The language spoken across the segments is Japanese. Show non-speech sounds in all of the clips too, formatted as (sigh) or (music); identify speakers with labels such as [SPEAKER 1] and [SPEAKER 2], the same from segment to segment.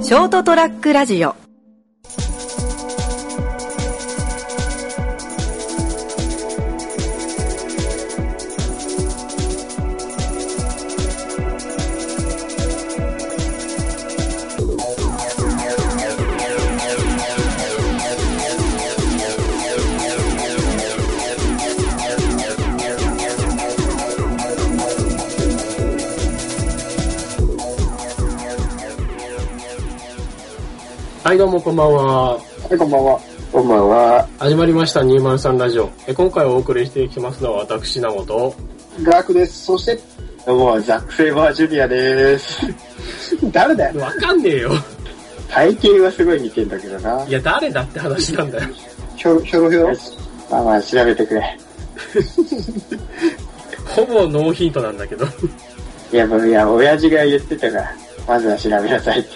[SPEAKER 1] ショートトラックラジオ
[SPEAKER 2] はい、どうもこんばんは。
[SPEAKER 3] はい、こんばんは。こんばんは。
[SPEAKER 2] 始まりました203ラジオ。え今回お送りしていきますのは私、名本。
[SPEAKER 3] グラクです。そして、どうも、ザック・フェイバー・ジュニアです。 (laughs) 誰だよ。
[SPEAKER 2] わかんねえよ。
[SPEAKER 3] 体型はすごい似てんだけどな。
[SPEAKER 2] いや、誰だって話なんだよ。
[SPEAKER 3] ひょろひょろひょろ。まあまあ、調べてくれ。
[SPEAKER 2] (laughs) ほぼノーヒントなんだけど。
[SPEAKER 3] いや、もういや、親父が言ってたから、まずは調べなさいって。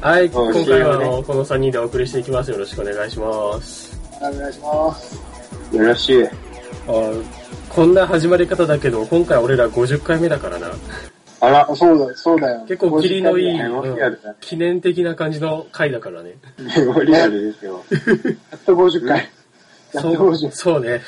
[SPEAKER 2] はい、
[SPEAKER 3] も
[SPEAKER 2] 今
[SPEAKER 3] う知
[SPEAKER 2] 回
[SPEAKER 3] らな
[SPEAKER 2] はいあのこの3人でお送りしていきます。よろしくお願いします。
[SPEAKER 3] お願いします。よろしい。
[SPEAKER 2] あーこんな始まり方だけど、今回俺ら50回目だからな。
[SPEAKER 3] あら、そうだ、そうだよ。
[SPEAKER 2] 結構キリのいい、
[SPEAKER 3] メモリアルだ
[SPEAKER 2] うん記念的な感じの回だからね。
[SPEAKER 3] メモリアルですよ。 (laughs) やっと50回。やっと
[SPEAKER 2] そう
[SPEAKER 3] 50。
[SPEAKER 2] そうね。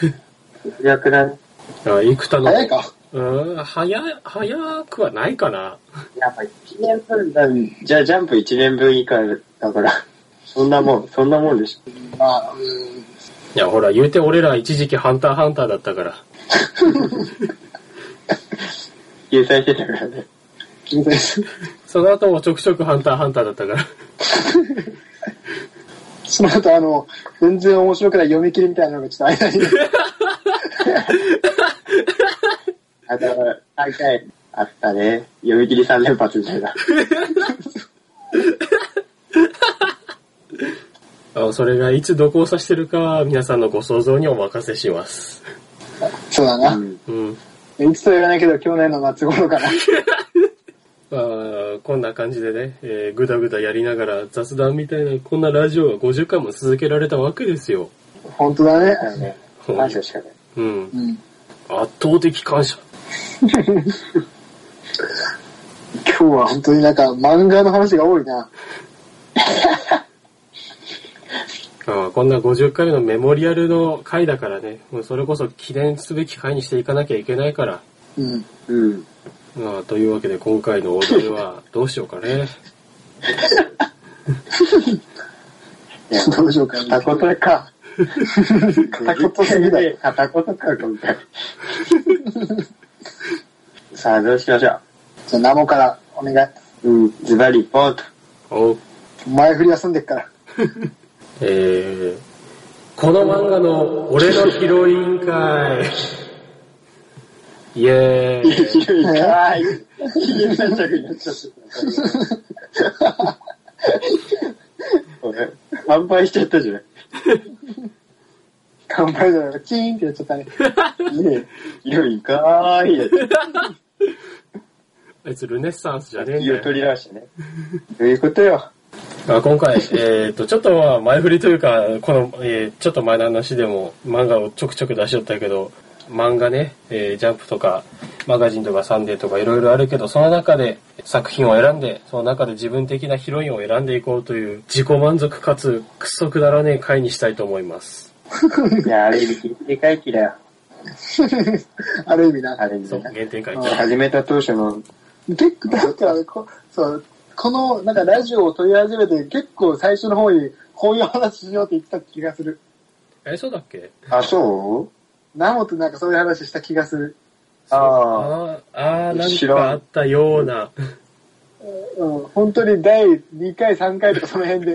[SPEAKER 3] やくない。
[SPEAKER 2] (laughs) あ幾多の。
[SPEAKER 3] 早いか。
[SPEAKER 2] うん、早、早くはないかな。
[SPEAKER 3] やっぱ1年分だ、じゃあジャンプ1年分以下だから、そんなもん、そんなもんでしょ。まあ、うん。
[SPEAKER 2] いや、ほら、言うて俺ら一時期ハンターハンターだったから。
[SPEAKER 3] 救済してたからね。救済
[SPEAKER 2] その後もちょくちょくハンターハンターだったから。 (laughs)
[SPEAKER 3] その後あの、全然面白くない読み切りみたいなのがちょっと間に。あと、3回あったね。読み切り3連発みたいな。
[SPEAKER 2] あそれがいつどこを指してるかは皆さんのご想像にお任せします。
[SPEAKER 4] そうだな。
[SPEAKER 3] うん。
[SPEAKER 2] うん。
[SPEAKER 4] いつとは言わないけど、去年の夏頃から。
[SPEAKER 2] まあ、こんな感じでね、えーぐだぐだやりながら雑談みたいな、こんなラジオが50回も続けられたわけですよ。
[SPEAKER 4] 本当だ
[SPEAKER 3] だよ
[SPEAKER 4] ね。
[SPEAKER 3] ね。
[SPEAKER 2] うん
[SPEAKER 3] 感謝しかない。
[SPEAKER 2] うん。
[SPEAKER 4] うん。
[SPEAKER 2] 圧倒的感謝。
[SPEAKER 4] 今日は本当になんか漫画の話が多いな。
[SPEAKER 2] あこんな50回目のメモリアルの回だからね、もうそれこそ記念すべき回にしていかなきゃいけないから。
[SPEAKER 4] うん。
[SPEAKER 3] うん。
[SPEAKER 2] まあ、というわけで今回のお題はどうしようかね。
[SPEAKER 3] いや、
[SPEAKER 4] どうしようか。
[SPEAKER 3] 片言か。
[SPEAKER 4] 片言すぎだ
[SPEAKER 3] (laughs)
[SPEAKER 4] よ。
[SPEAKER 3] 片言か、今回。 (laughs) さあ、どうしましょ
[SPEAKER 4] じゃあ、ナモからお願い。
[SPEAKER 3] う。うん、ズバリポート。
[SPEAKER 2] お
[SPEAKER 4] 前振り休んでっから。
[SPEAKER 2] えー、この漫画の俺のヒロインかい。イエ
[SPEAKER 3] (laughs)
[SPEAKER 2] ーイ。
[SPEAKER 3] いかい。機嫌な着になっちゃった。俺、販売しちゃったじゃない。
[SPEAKER 4] 乾杯だよ。チーンってやっちゃ (laughs) ったね。
[SPEAKER 3] ねえ、よいかーいやって。
[SPEAKER 2] あいつルネッサンスじゃねえん
[SPEAKER 3] 気を
[SPEAKER 2] だよ。
[SPEAKER 3] 取り直してね。どういうことよ。
[SPEAKER 2] あ今回、えー、と、ちょっとまあ前振りというか、この、えーちょっと前の話でも漫画をちょくちょく出しよったけど、漫画ね、えージャンプとか、マガジンとかサンデーとかいろいろあるけど、その中で作品を選んで、その中で自分的なヒロインを選んでいこうという、自己満足かつ、くそくだらねえ回にしたいと思います。
[SPEAKER 3] いや、ある意味、でかい気だよ。
[SPEAKER 4] ある意味な。
[SPEAKER 3] あれに (laughs)
[SPEAKER 2] そう、
[SPEAKER 3] ね。
[SPEAKER 2] 原点回帰。
[SPEAKER 3] 始めた当初の
[SPEAKER 4] 結構、だからこ、そう、この、なんかラジオを取り始めて、結構最初の方に、こういう話しようって言ってた気がする。
[SPEAKER 2] え、そうだっけ
[SPEAKER 3] あ、そう
[SPEAKER 4] ナモとなんかそういう話した気がする。
[SPEAKER 3] ああ。
[SPEAKER 2] あーあー、なん
[SPEAKER 3] 知らん
[SPEAKER 2] かあったような。
[SPEAKER 4] うん。本当に第2回、3回とかその (laughs) 辺で。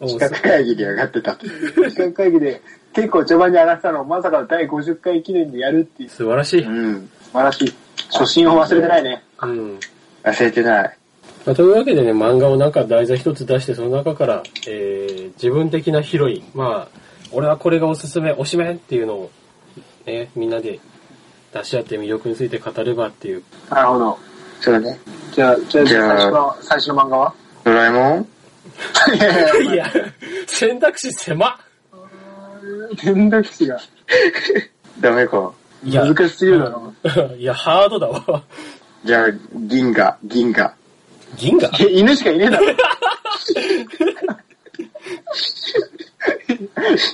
[SPEAKER 2] おそ
[SPEAKER 3] 企画会議で上がってた。
[SPEAKER 4] 企画会議で結構序盤に荒らしたのをまさかの第50回記念でやるっていう素
[SPEAKER 2] 素晴らしい。
[SPEAKER 3] うん。
[SPEAKER 4] 晴らしい。初心を忘れてないね。
[SPEAKER 2] うん。
[SPEAKER 3] 忘れてない。
[SPEAKER 2] まあというわけでね、漫画をなんか題材一つ出して、その中から、えー、自分的なヒロイン、まあ、俺はこれがおすすめ、おしめっていうのを、ね、みんなで出し合って魅力について語ればっていう。
[SPEAKER 4] なるほど。
[SPEAKER 3] そうね。
[SPEAKER 4] じゃあ、じゃあ、
[SPEAKER 3] じ
[SPEAKER 4] 最
[SPEAKER 3] ゃあ
[SPEAKER 4] 初の、最初の漫画は
[SPEAKER 3] ドラえもん
[SPEAKER 4] いやいや
[SPEAKER 2] いや、選択肢狭っ
[SPEAKER 4] 天読士が
[SPEAKER 3] ダメか。
[SPEAKER 2] いや、 (laughs)
[SPEAKER 4] 難しすぎるだろ。
[SPEAKER 2] いや、ハードだわ。
[SPEAKER 3] じゃあ、銀河、銀河。
[SPEAKER 2] 銀河
[SPEAKER 3] え犬しかいねえだろ。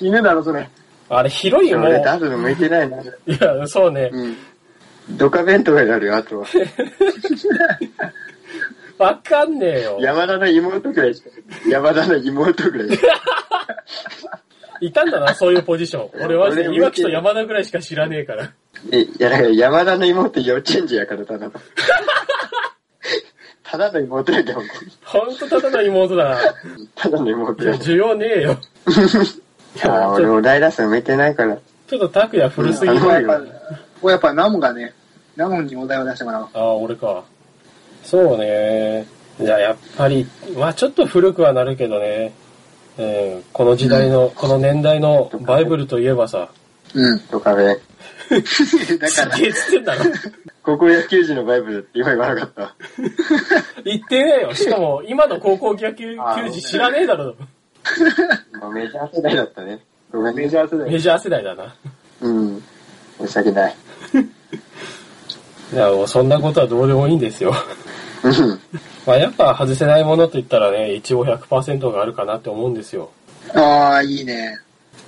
[SPEAKER 4] 犬だろ、それ。
[SPEAKER 2] あれ、広いよ、もう。
[SPEAKER 3] 俺ダブル向いてない
[SPEAKER 2] い
[SPEAKER 3] な。
[SPEAKER 2] や、そうね。
[SPEAKER 3] うん。ドカ弁とかになるよ、あとは。
[SPEAKER 2] わかんねえよ。
[SPEAKER 3] 山田の妹くらいしか。山田の妹くらいしか。
[SPEAKER 2] いたん (laughs) だな、そういうポジション。俺は、
[SPEAKER 3] 俺
[SPEAKER 2] 岩木と山田ぐらいしか知らねえから。
[SPEAKER 3] えいや、だから山田の妹幼稚園児やから、ただの。ただの妹やけど、
[SPEAKER 2] ほんとただの妹だな。
[SPEAKER 3] ただの妹
[SPEAKER 2] いや、
[SPEAKER 3] や。
[SPEAKER 2] 需要ねえよ。い
[SPEAKER 3] ああ、
[SPEAKER 2] や、ち
[SPEAKER 3] 俺
[SPEAKER 2] ょ
[SPEAKER 3] もライダース向いてないから。
[SPEAKER 2] ちょっと拓也古すぎ
[SPEAKER 3] う
[SPEAKER 2] る
[SPEAKER 3] ん。
[SPEAKER 4] やっぱ、やっぱナムがね、ナムにお題を出してもらおう。
[SPEAKER 2] ああ、俺か。そうね。じゃあ、やっぱり、まあちょっと古くはなるけどね。うん、この時代の、この年代のバイブルといえばさ、
[SPEAKER 4] うん。
[SPEAKER 3] ドカ弁。
[SPEAKER 4] だ
[SPEAKER 2] す
[SPEAKER 4] から、
[SPEAKER 2] げえっつってんだ (laughs) ろ。
[SPEAKER 3] 高校野球児のバイブルって今言わなかった。
[SPEAKER 2] 言ってねえよ。しかも、今の高校野球
[SPEAKER 3] あー
[SPEAKER 2] 球児知らねえだろ。
[SPEAKER 3] まあメジャー世代だったね。ごめん
[SPEAKER 4] メ
[SPEAKER 3] ね。
[SPEAKER 4] ジャー世代。
[SPEAKER 2] メジャー世代だな。
[SPEAKER 3] うん。申し訳ない。
[SPEAKER 2] いや、もうそんなことはどうでもいいんですよ。
[SPEAKER 3] うん。
[SPEAKER 2] まあやっぱ外せないものと言ったらね、一応100%があるかなって思うんですよ。
[SPEAKER 4] ああ、いいね。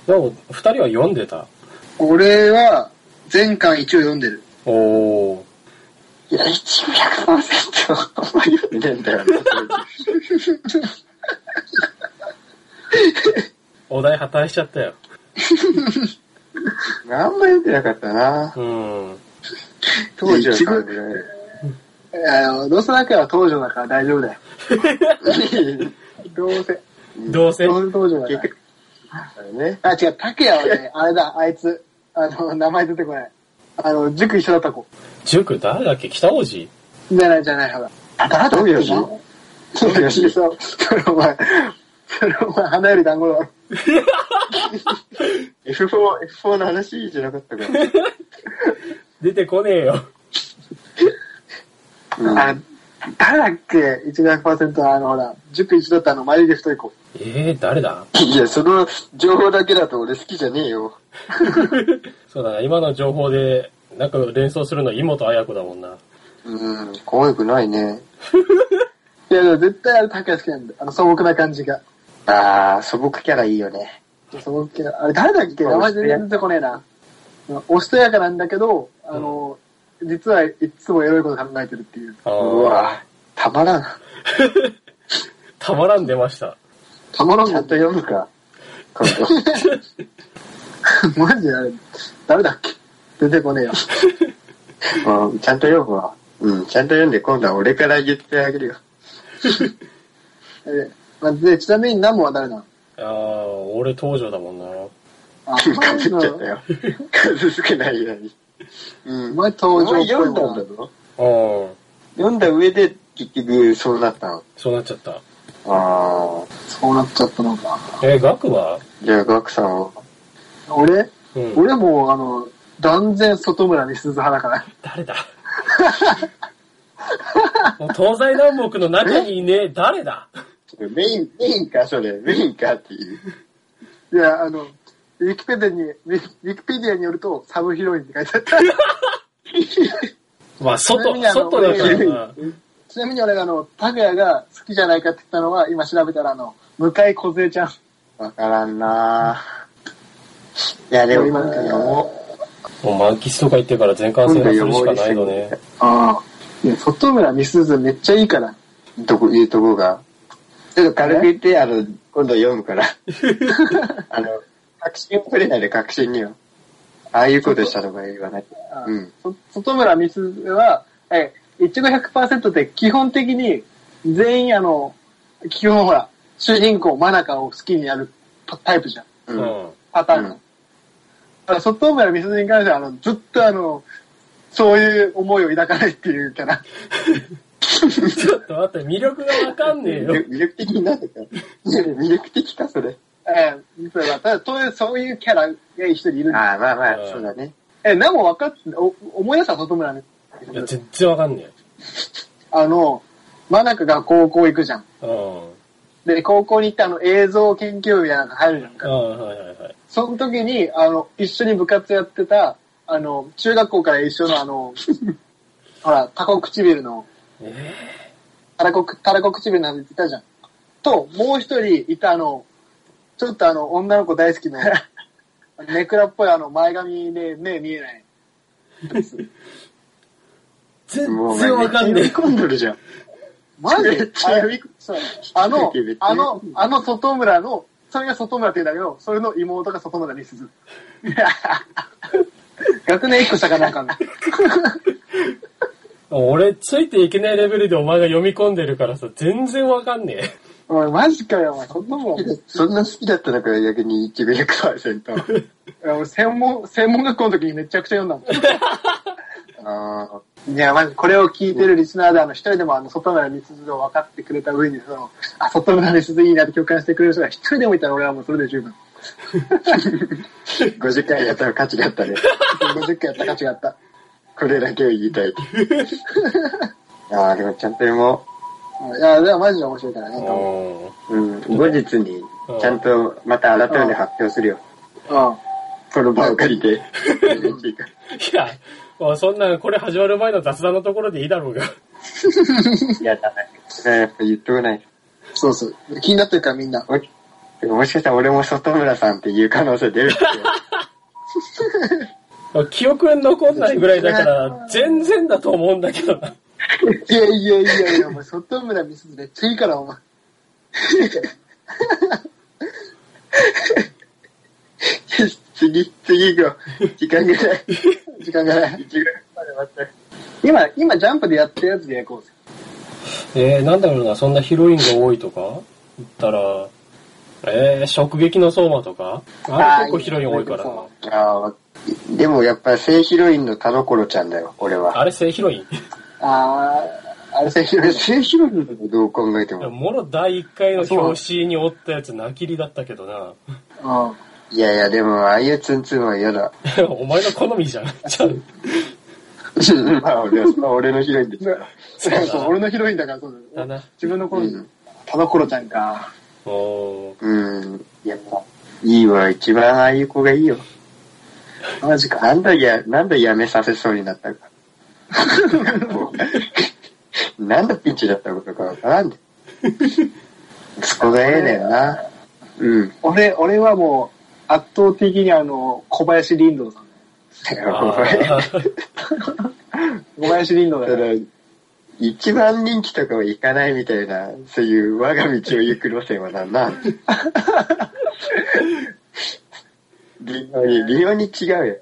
[SPEAKER 2] でも、二人は読んでた。
[SPEAKER 4] 俺は、前回一応読んでる。
[SPEAKER 2] おー。
[SPEAKER 3] いや、一応100%あんまり読んでんだよね。
[SPEAKER 2] お題破綻しちゃったよ。
[SPEAKER 3] あんま読んでなかったな。
[SPEAKER 2] うん。
[SPEAKER 3] 当時は感じない。
[SPEAKER 4] あの、どうせだけは東条だから大丈夫だよ。どうせ、
[SPEAKER 2] どうせ、
[SPEAKER 4] どうせ東条だ
[SPEAKER 3] 結
[SPEAKER 4] か
[SPEAKER 3] 局。あれね。
[SPEAKER 4] ら。あ、違う、竹谷はね、あれだ、あいつ。あの、名前出てこない。あの、塾一緒だった子。
[SPEAKER 2] 塾誰だっけ北王子
[SPEAKER 4] じゃないじゃない、ほら。
[SPEAKER 3] あ、だどういうの
[SPEAKER 4] そうそうそう。 (laughs) それお前、それお前、花より団子だろ。
[SPEAKER 3] ?F4、F4 の話じゃなかったから。
[SPEAKER 2] 出てこねえよ。
[SPEAKER 3] うん
[SPEAKER 4] あ、誰だっけ ?100% あの、ほら、塾一緒だったあの、眉毛太い子。
[SPEAKER 2] えー、誰だ
[SPEAKER 3] いや、その情報だけだと俺好きじゃねえよ。
[SPEAKER 2] そうだな、今の情報で、なんか連想するのは妹綾子だもんな。
[SPEAKER 3] うん、可愛くないね。
[SPEAKER 4] いや、でも絶対あれ、竹谷好きなんだよ。あの、素朴な感じが。
[SPEAKER 3] あー、素朴キャラいいよね。
[SPEAKER 4] 素朴系あれ、誰だっけ名前全然出てこねえな。おしとやかなんだけど、あの、実はいつもエロいこと考えてるっていう。 (laughs)
[SPEAKER 2] あ
[SPEAKER 3] う
[SPEAKER 2] ー
[SPEAKER 3] わたまらん。ち
[SPEAKER 2] たまらん出ました。
[SPEAKER 4] たまらん
[SPEAKER 3] ゃ
[SPEAKER 4] の
[SPEAKER 3] んと読む (laughs) か。今度。
[SPEAKER 4] マジであれ、誰だっけ出てこねえよ。
[SPEAKER 3] うん、ちゃんと読むわ。うん、ちゃんと読んで今度は俺から言ってあげるよ。
[SPEAKER 4] えまあで、ちなみにナムは誰なの
[SPEAKER 2] あー、俺東条だもんな。
[SPEAKER 3] (laughs)
[SPEAKER 4] あ、
[SPEAKER 3] かぶっちゃったよ。数少ないように。う
[SPEAKER 4] お
[SPEAKER 3] ん。
[SPEAKER 4] 前登場っぽい
[SPEAKER 3] 読んだ
[SPEAKER 4] も
[SPEAKER 3] んだ
[SPEAKER 4] んな
[SPEAKER 3] ぞ。
[SPEAKER 2] うん。
[SPEAKER 3] 読んだ上で結局そうなったの。
[SPEAKER 2] そうなっちゃった。
[SPEAKER 3] あ
[SPEAKER 4] そうなっちゃったのか。
[SPEAKER 2] えー、学は
[SPEAKER 3] ー。じゃあ、ガクさんを。
[SPEAKER 4] 俺、
[SPEAKER 2] うん。
[SPEAKER 4] 俺もう、あの、断然外村に鈴派だから。
[SPEAKER 2] 誰だ (laughs) もう東西南北の中にいねえ、誰だ
[SPEAKER 3] メイン、メインか、それ。メインかっていう。
[SPEAKER 4] いや、あの、ウィキペディアに、ウィウィキペディアによると、サブヒロインって書いてあった。
[SPEAKER 2] まあ、
[SPEAKER 4] ちな
[SPEAKER 2] 外
[SPEAKER 4] みに、あの
[SPEAKER 2] 外だからな。
[SPEAKER 4] ちなみに俺があの、タグヤが好きじゃないかって言ったのは、今調べたらあの、向井梢ちゃん。
[SPEAKER 3] わからんなぁ。いや、でも、
[SPEAKER 4] 今
[SPEAKER 3] 今
[SPEAKER 4] なんか
[SPEAKER 3] 読も
[SPEAKER 2] もう満喫とか言ってから全
[SPEAKER 3] う。
[SPEAKER 2] 館制
[SPEAKER 3] 今
[SPEAKER 2] 覇
[SPEAKER 3] 度
[SPEAKER 2] する
[SPEAKER 3] 読も
[SPEAKER 2] し
[SPEAKER 3] う
[SPEAKER 2] かないのね。。
[SPEAKER 4] ああ。いや、外村美鈴めっちゃいいから。
[SPEAKER 3] どこ、いうとこが。ちょっと軽く言って、あの、今度読む (laughs) から。あの、確信を取れないで、確信には。ああいうことしたのが言わない。
[SPEAKER 4] ああ
[SPEAKER 3] うん。
[SPEAKER 4] そ外村美鈴は、え、一応100%って基本的に、全員あの、基本ほら、主人公、真中を好きになるタイプじゃん。
[SPEAKER 2] う。
[SPEAKER 3] うんん。
[SPEAKER 4] パターンが。
[SPEAKER 3] うん
[SPEAKER 4] だから外村美鈴に関しては、あの、ずっとあの、そういう思いを抱かないっていうキャラ。 (laughs)
[SPEAKER 2] (laughs) ちょっと待って、魅力がわかんねえよ。
[SPEAKER 3] 魅魅力的になる (laughs) か。魅力的か、それ。
[SPEAKER 4] ええ、そうだただそういう、そういうキャラが一人いるんだ。
[SPEAKER 3] ああ、まあま
[SPEAKER 2] う
[SPEAKER 3] あ、
[SPEAKER 2] ん
[SPEAKER 3] そうだね。
[SPEAKER 4] ええ、でも分かっ、お思い出した外村ね。
[SPEAKER 2] いや、全然わかんね
[SPEAKER 4] あの、真中が高校行くじゃん。
[SPEAKER 2] え。うん。うん
[SPEAKER 4] で、高校に行ってあの映像研究部やなんか入るじゃんか。
[SPEAKER 2] はいはいはい。
[SPEAKER 4] その時に、あの、一緒に部活やってた、あの、
[SPEAKER 3] (laughs)
[SPEAKER 4] 中学校から一緒のあの、ほら、タコ唇の、
[SPEAKER 2] え
[SPEAKER 4] たらこく、たらこ唇なんて言ったじゃん。と、もう一人いたあの、ちょっとあの、女の子大好きな、 (laughs) ネクラっぽいあの、前髪で目見えない。
[SPEAKER 2] 全
[SPEAKER 3] もう
[SPEAKER 2] 然わかん
[SPEAKER 3] め
[SPEAKER 2] ね
[SPEAKER 3] っ
[SPEAKER 2] え。
[SPEAKER 3] ちゃ読み込んどるじゃん。
[SPEAKER 4] マジ
[SPEAKER 3] めっちゃ読み込ん
[SPEAKER 4] そうあの
[SPEAKER 3] めっち、ゃ
[SPEAKER 4] あの、あの外村の、それが外村って言うんだけど、それの妹が外村
[SPEAKER 3] (laughs)
[SPEAKER 4] にすず。学年一個下かなんかの。
[SPEAKER 2] 俺、ついていけないレベルでお前が読み込んでるからさ、全然わかんねえ。
[SPEAKER 4] おい、マジかよ、お前。そんな (laughs) もん。
[SPEAKER 3] そんな好きだったのか、逆に100%。 (laughs)
[SPEAKER 4] 俺、専門、専門学校の時にめちゃくちゃ読んだもん。
[SPEAKER 3] あ
[SPEAKER 4] (laughs) いや、まずこれを聞いてるリスナーで、あの、一人でもあの、外村美鈴を分かってくれた上に、その、あ、外村美鈴いいなって共感してくれる人が一人でもいたら俺はもうそれで十分。 (laughs)
[SPEAKER 3] あ、50回やったら価値があったね。
[SPEAKER 4] 50回やった価値があった。
[SPEAKER 3] これだけを言いた (laughs) い。ああ、でもちゃんと読も
[SPEAKER 4] いや、でもマジで面白いからね。うん。
[SPEAKER 2] お
[SPEAKER 3] う。うん。後日に、ちゃんとまた改めて発表するよ。この場を借りて。
[SPEAKER 2] いや、まあそんな、これ始まる前の雑談のところでいいだろうが。
[SPEAKER 3] いや、だめ。やっぱ言ってこない。
[SPEAKER 4] そうそう。気になってるからみんな。
[SPEAKER 3] おでももしかしたら俺も外村さんっていう可能性出るってよ (laughs)
[SPEAKER 2] 記憶に残んないぐらいだから、全然だと思うんだけどな。
[SPEAKER 4] (laughs) いやいやいやいや、お前、外村美鈴めっちゃいいから、お前。
[SPEAKER 3] 次、次行こう。時間が (laughs) ない。
[SPEAKER 4] 時間がない。
[SPEAKER 3] 時間まで待って。
[SPEAKER 4] 今、今、ジャンプでやってるやつでやこうぜ。
[SPEAKER 2] えー、なんだろうな、そんなヒロインが多いとか言ったら、えー、直撃の相馬とかあれ結構ヒロイン多いからな。
[SPEAKER 3] ああ、でもやっぱ正ヒロインの田所ちゃんだよ、俺は。
[SPEAKER 2] あれ正ヒロインい
[SPEAKER 4] あー、あれ、
[SPEAKER 3] 正ヒロイン、正ヒロインだとどう考えて
[SPEAKER 2] や (laughs)
[SPEAKER 3] も。
[SPEAKER 2] もろ第1回の表紙におったやつ泣きりだったけど (laughs) な。
[SPEAKER 4] うん。
[SPEAKER 3] いやいや、でもああいうツンツンは嫌だ。 (laughs)
[SPEAKER 2] お前の好みじゃん。ちゃう
[SPEAKER 3] まあ俺は、まあ俺のヒロインですから。
[SPEAKER 4] (laughs) そうそう、俺のヒロインだから、そうだ
[SPEAKER 2] だ
[SPEAKER 4] よ。
[SPEAKER 2] な。
[SPEAKER 4] 自分の頃
[SPEAKER 3] う
[SPEAKER 4] に
[SPEAKER 3] ん、
[SPEAKER 4] 田所ちゃんか。 (laughs)
[SPEAKER 2] おー
[SPEAKER 3] うん、やっぱ、いいわ、一番ああいう子がいいよ。
[SPEAKER 4] マジか。
[SPEAKER 3] なんだや、なんだやめさせそうになったか。 (laughs) なんだピンチだったことかわからんで。そこがええねんな。うん。
[SPEAKER 4] 俺、俺はもう、圧倒的にあの、小林林道さん。
[SPEAKER 2] あー
[SPEAKER 4] 小林林道だ
[SPEAKER 3] だか
[SPEAKER 4] から。
[SPEAKER 3] ら、一番人気とかは行かないみたいな、そういう我が道を行く路線はなんなん微妙に、微妙に違うよ。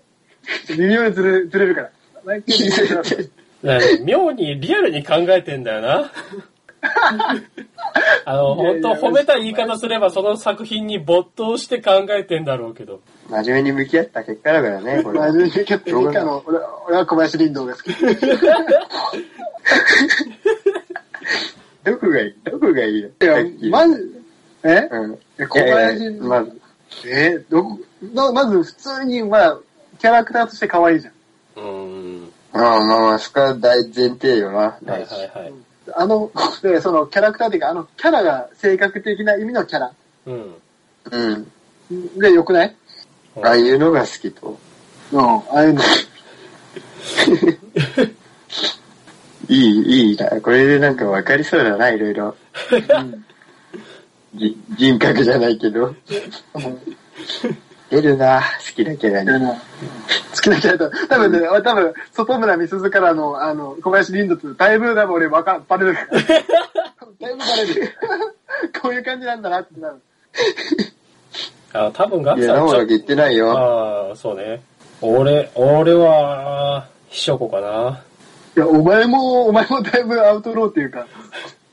[SPEAKER 4] 微妙にずれ、ずれる (laughs) から。毎回微妙にずれるから
[SPEAKER 2] ね妙にリアルに考えてんだよな。あの、
[SPEAKER 4] いや
[SPEAKER 2] 本
[SPEAKER 4] い
[SPEAKER 2] 当
[SPEAKER 4] や
[SPEAKER 2] 褒めた言い方すればその作品に没頭して考えてんだろうけど。
[SPEAKER 3] 真面目に向き合った結果だから
[SPEAKER 4] (laughs)
[SPEAKER 3] ね、これは。
[SPEAKER 4] 真面目に結構以下の、俺は俺は小林林道が好き。
[SPEAKER 3] どこがいいどこがいいよ。
[SPEAKER 4] いや
[SPEAKER 3] さっき、
[SPEAKER 4] まず、え
[SPEAKER 3] うん。
[SPEAKER 4] 小林
[SPEAKER 3] いやいやまあ、
[SPEAKER 4] えどこ、ままず普通に、まあ、キャラクターとして可愛いじゃん。
[SPEAKER 2] うーん。
[SPEAKER 3] まあまあまあ、そこは大前提よな。
[SPEAKER 2] はいはいはい。
[SPEAKER 4] あの、で、そのキャラクターっていうか、あの、キャラが性格的な意味のキャラ
[SPEAKER 2] うん。
[SPEAKER 3] うん。
[SPEAKER 4] で良くない
[SPEAKER 3] ああいうのが好きと。
[SPEAKER 4] うん、ああいうの。
[SPEAKER 3] いい、いいな。これでなんか分かりそうだな、いろい
[SPEAKER 4] (laughs)
[SPEAKER 3] ろ。じ人格じゃないけ
[SPEAKER 4] (laughs)
[SPEAKER 3] ど。出るな、好きなキャラ
[SPEAKER 4] いや
[SPEAKER 3] に。
[SPEAKER 4] な好きなキャラだ。多分ね、俺多分、外村美鈴からの、あの、小林凛斗って、だいぶ多分俺わか、バレ
[SPEAKER 3] (laughs)
[SPEAKER 4] るから。だいぶバレる。 (laughs) こういう感じなんだなってなる。
[SPEAKER 2] あ、多分ガ
[SPEAKER 3] い
[SPEAKER 2] ク
[SPEAKER 3] や、
[SPEAKER 2] さ
[SPEAKER 3] なんも
[SPEAKER 2] ち
[SPEAKER 3] だ
[SPEAKER 2] ょ
[SPEAKER 3] け言ってないよ。
[SPEAKER 2] ああ、そうね。俺、俺は、秘書子かな。
[SPEAKER 4] いや、お前も、お前もだいぶアウトローっていうか、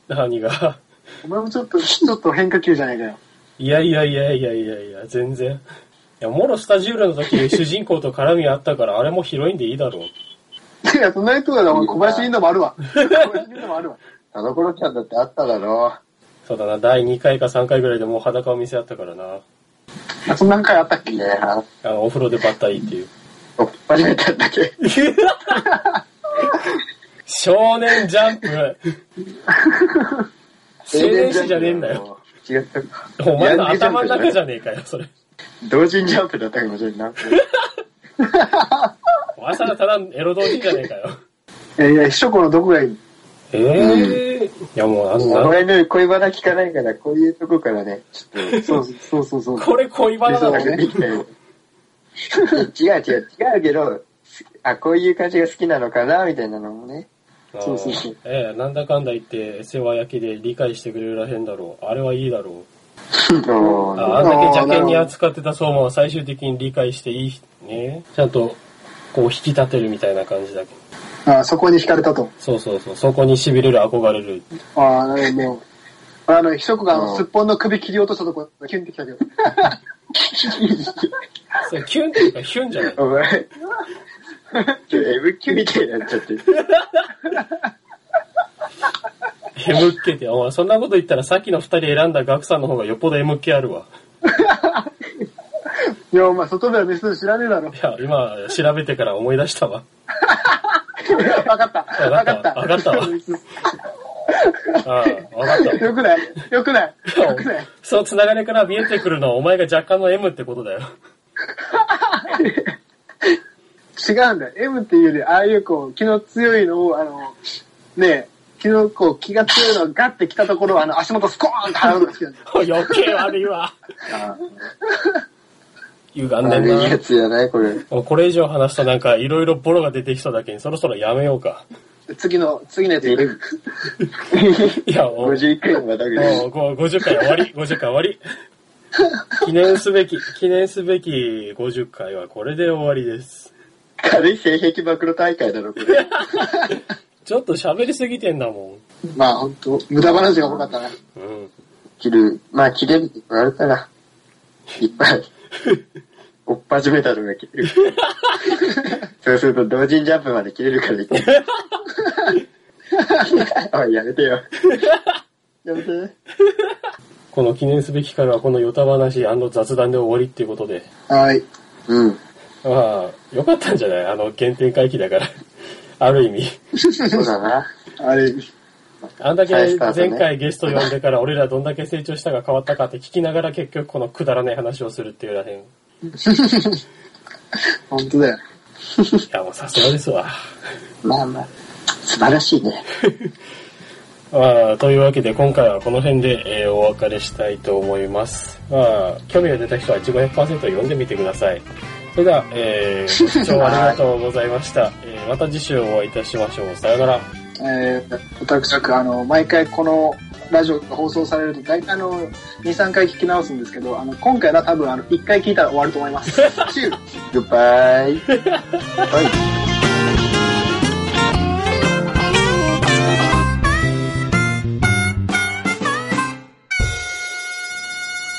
[SPEAKER 2] 何が。 (laughs)
[SPEAKER 4] お前もちょっと、ちょっと変化球じゃないかよ。 (laughs)
[SPEAKER 2] いやいやいやいやいやいや、全然。いや、もろスタジオールの時、主人公と絡みあったから、あれもヒロインでいいだろう。
[SPEAKER 4] いや、そんな人だな、お前小林凛斗もあるわ。小林凛斗もあるわ。
[SPEAKER 3] 田所ちゃんだってあっただろ
[SPEAKER 2] そうだな、第2回か3回ぐらいでもう裸を見せ合ったからな。
[SPEAKER 4] あ、そんな回あったっけ
[SPEAKER 3] う。ねえ、
[SPEAKER 2] あの、お風呂でばったりっていう。
[SPEAKER 3] おっぱりめたんだけ。
[SPEAKER 2] 少年ジャンプ青年誌じゃねえんだよ。。
[SPEAKER 3] 違ったか。
[SPEAKER 2] お前の頭の中じ
[SPEAKER 3] ゃ
[SPEAKER 2] ゃねえかよ、それ。
[SPEAKER 3] ん。同人ジャンプだったかもしれんない。
[SPEAKER 2] お前さらただのエロ同人じゃねえかよ。
[SPEAKER 4] いやいや、秘書子のどこがいい
[SPEAKER 2] ええいやもうあんな、
[SPEAKER 3] 俺の恋バナ聞かないから、こういうとこからね、ちょっと、
[SPEAKER 4] そうそうそうそう。
[SPEAKER 2] これ恋バナだ
[SPEAKER 4] そう
[SPEAKER 2] もん
[SPEAKER 4] ね
[SPEAKER 2] ね。
[SPEAKER 3] 違う違う違うけど、あ、こういう感じが好きなのかな、みたいなのもね。
[SPEAKER 4] そうそうそう
[SPEAKER 2] あーええなんだかんだ言って、世話焼きで理解してくれるらへんだろう。あれはいいだろう。
[SPEAKER 3] そう
[SPEAKER 2] ああんだけ邪険に扱ってた相馬は最終的に理解していい、ね。ちゃんと、こう引き立てるみたいな感じだけど。
[SPEAKER 4] あそこに惹かれたと。
[SPEAKER 2] そうそうそう。そこに痺れる、憧れる。
[SPEAKER 4] ああ、なるほど。あの、ひそこがあ
[SPEAKER 3] う
[SPEAKER 4] の、
[SPEAKER 3] ん
[SPEAKER 4] すっぽんの首切り落としたとこ、キュンってきたけど。
[SPEAKER 2] それキュンっていうか、ヒュンじゃない。
[SPEAKER 3] お前、今日 M 級みたいになっちゃってる。
[SPEAKER 2] M っ気って、お前そんなこと言ったらさっきの二人選んだガクさんの方がよっぽど M っ気あるわ。
[SPEAKER 4] いや、お前、外では別に知らねえだろ
[SPEAKER 2] い。や、今、調べてから思い出したわ。
[SPEAKER 4] わかった。
[SPEAKER 2] わ
[SPEAKER 4] わ
[SPEAKER 2] か
[SPEAKER 4] か
[SPEAKER 2] っ
[SPEAKER 4] ったた。
[SPEAKER 2] わかったわああ、わかった
[SPEAKER 4] よくないよくないよくない。
[SPEAKER 2] その繋がりから見えてくるのはお前が若干の M ってことだよ。
[SPEAKER 4] 違うんだよ。M っていうより、ああいうこう、気の強いのを、あの、ねえ、気のこう、気が強いのがガッて来たところを、あの、足元スコーンって払うのが好きなんだよ。
[SPEAKER 2] 余計悪いわ。歪んでん
[SPEAKER 3] 悪いや
[SPEAKER 2] な。
[SPEAKER 3] つやない、これ。
[SPEAKER 2] もうこれ以上話すとなんかいろいろボロが出てきそうだけにそろそろやめようか。
[SPEAKER 4] 次の、次のやつ行く。
[SPEAKER 2] いや、もう、もう
[SPEAKER 3] 51回もまたぐらい。
[SPEAKER 2] ご50回終わり、50回終わり。記念すべき、記念すべき50回はこれで終わりです。
[SPEAKER 3] 軽い性癖暴露大会だろ、これ。
[SPEAKER 2] ちょっと喋りすぎてんだも
[SPEAKER 4] まあ、本当無駄話が多かったな。
[SPEAKER 2] ん。うん。
[SPEAKER 3] 切る、まあ切れるあるから、いっぱい、おっぱじメダルが切れる。そうすると同人ジャンプまで切れるからいけないおい、やめてよ。やめて。
[SPEAKER 2] この記念すべき回はこのヨタ話雑談で終わりっていうことで。
[SPEAKER 4] はい。
[SPEAKER 3] うん。
[SPEAKER 2] まあ、よかったんじゃないあの、原点回帰だから。ある意味。
[SPEAKER 3] そうだな。
[SPEAKER 4] あれ、
[SPEAKER 2] あんだけ
[SPEAKER 3] 再スタートね
[SPEAKER 2] 前回ゲスト呼んでから俺らどんだけ成長したか変わったかって聞きながら結局このくだらない話をするっていうらへん。い
[SPEAKER 4] 本当だよ。
[SPEAKER 2] やもうさすがですわ。
[SPEAKER 3] まあまあ、素晴らしいね。
[SPEAKER 2] まあ、というわけで今回はこの辺で、えーお別れしたいと思います。まあ、興味が出た人は1500%読んでみてください。それでは、えー、ご視聴ありがとうございました。えーまた次週お会いいたしましょう。さよなら。
[SPEAKER 4] えー、私はあの、毎回このラジオが放送されると、大体あの、2、3回聞き直すんですけど、あの、今回は多分あの、1回聞いたら終わると思います。チュー
[SPEAKER 3] グッバイ。はい。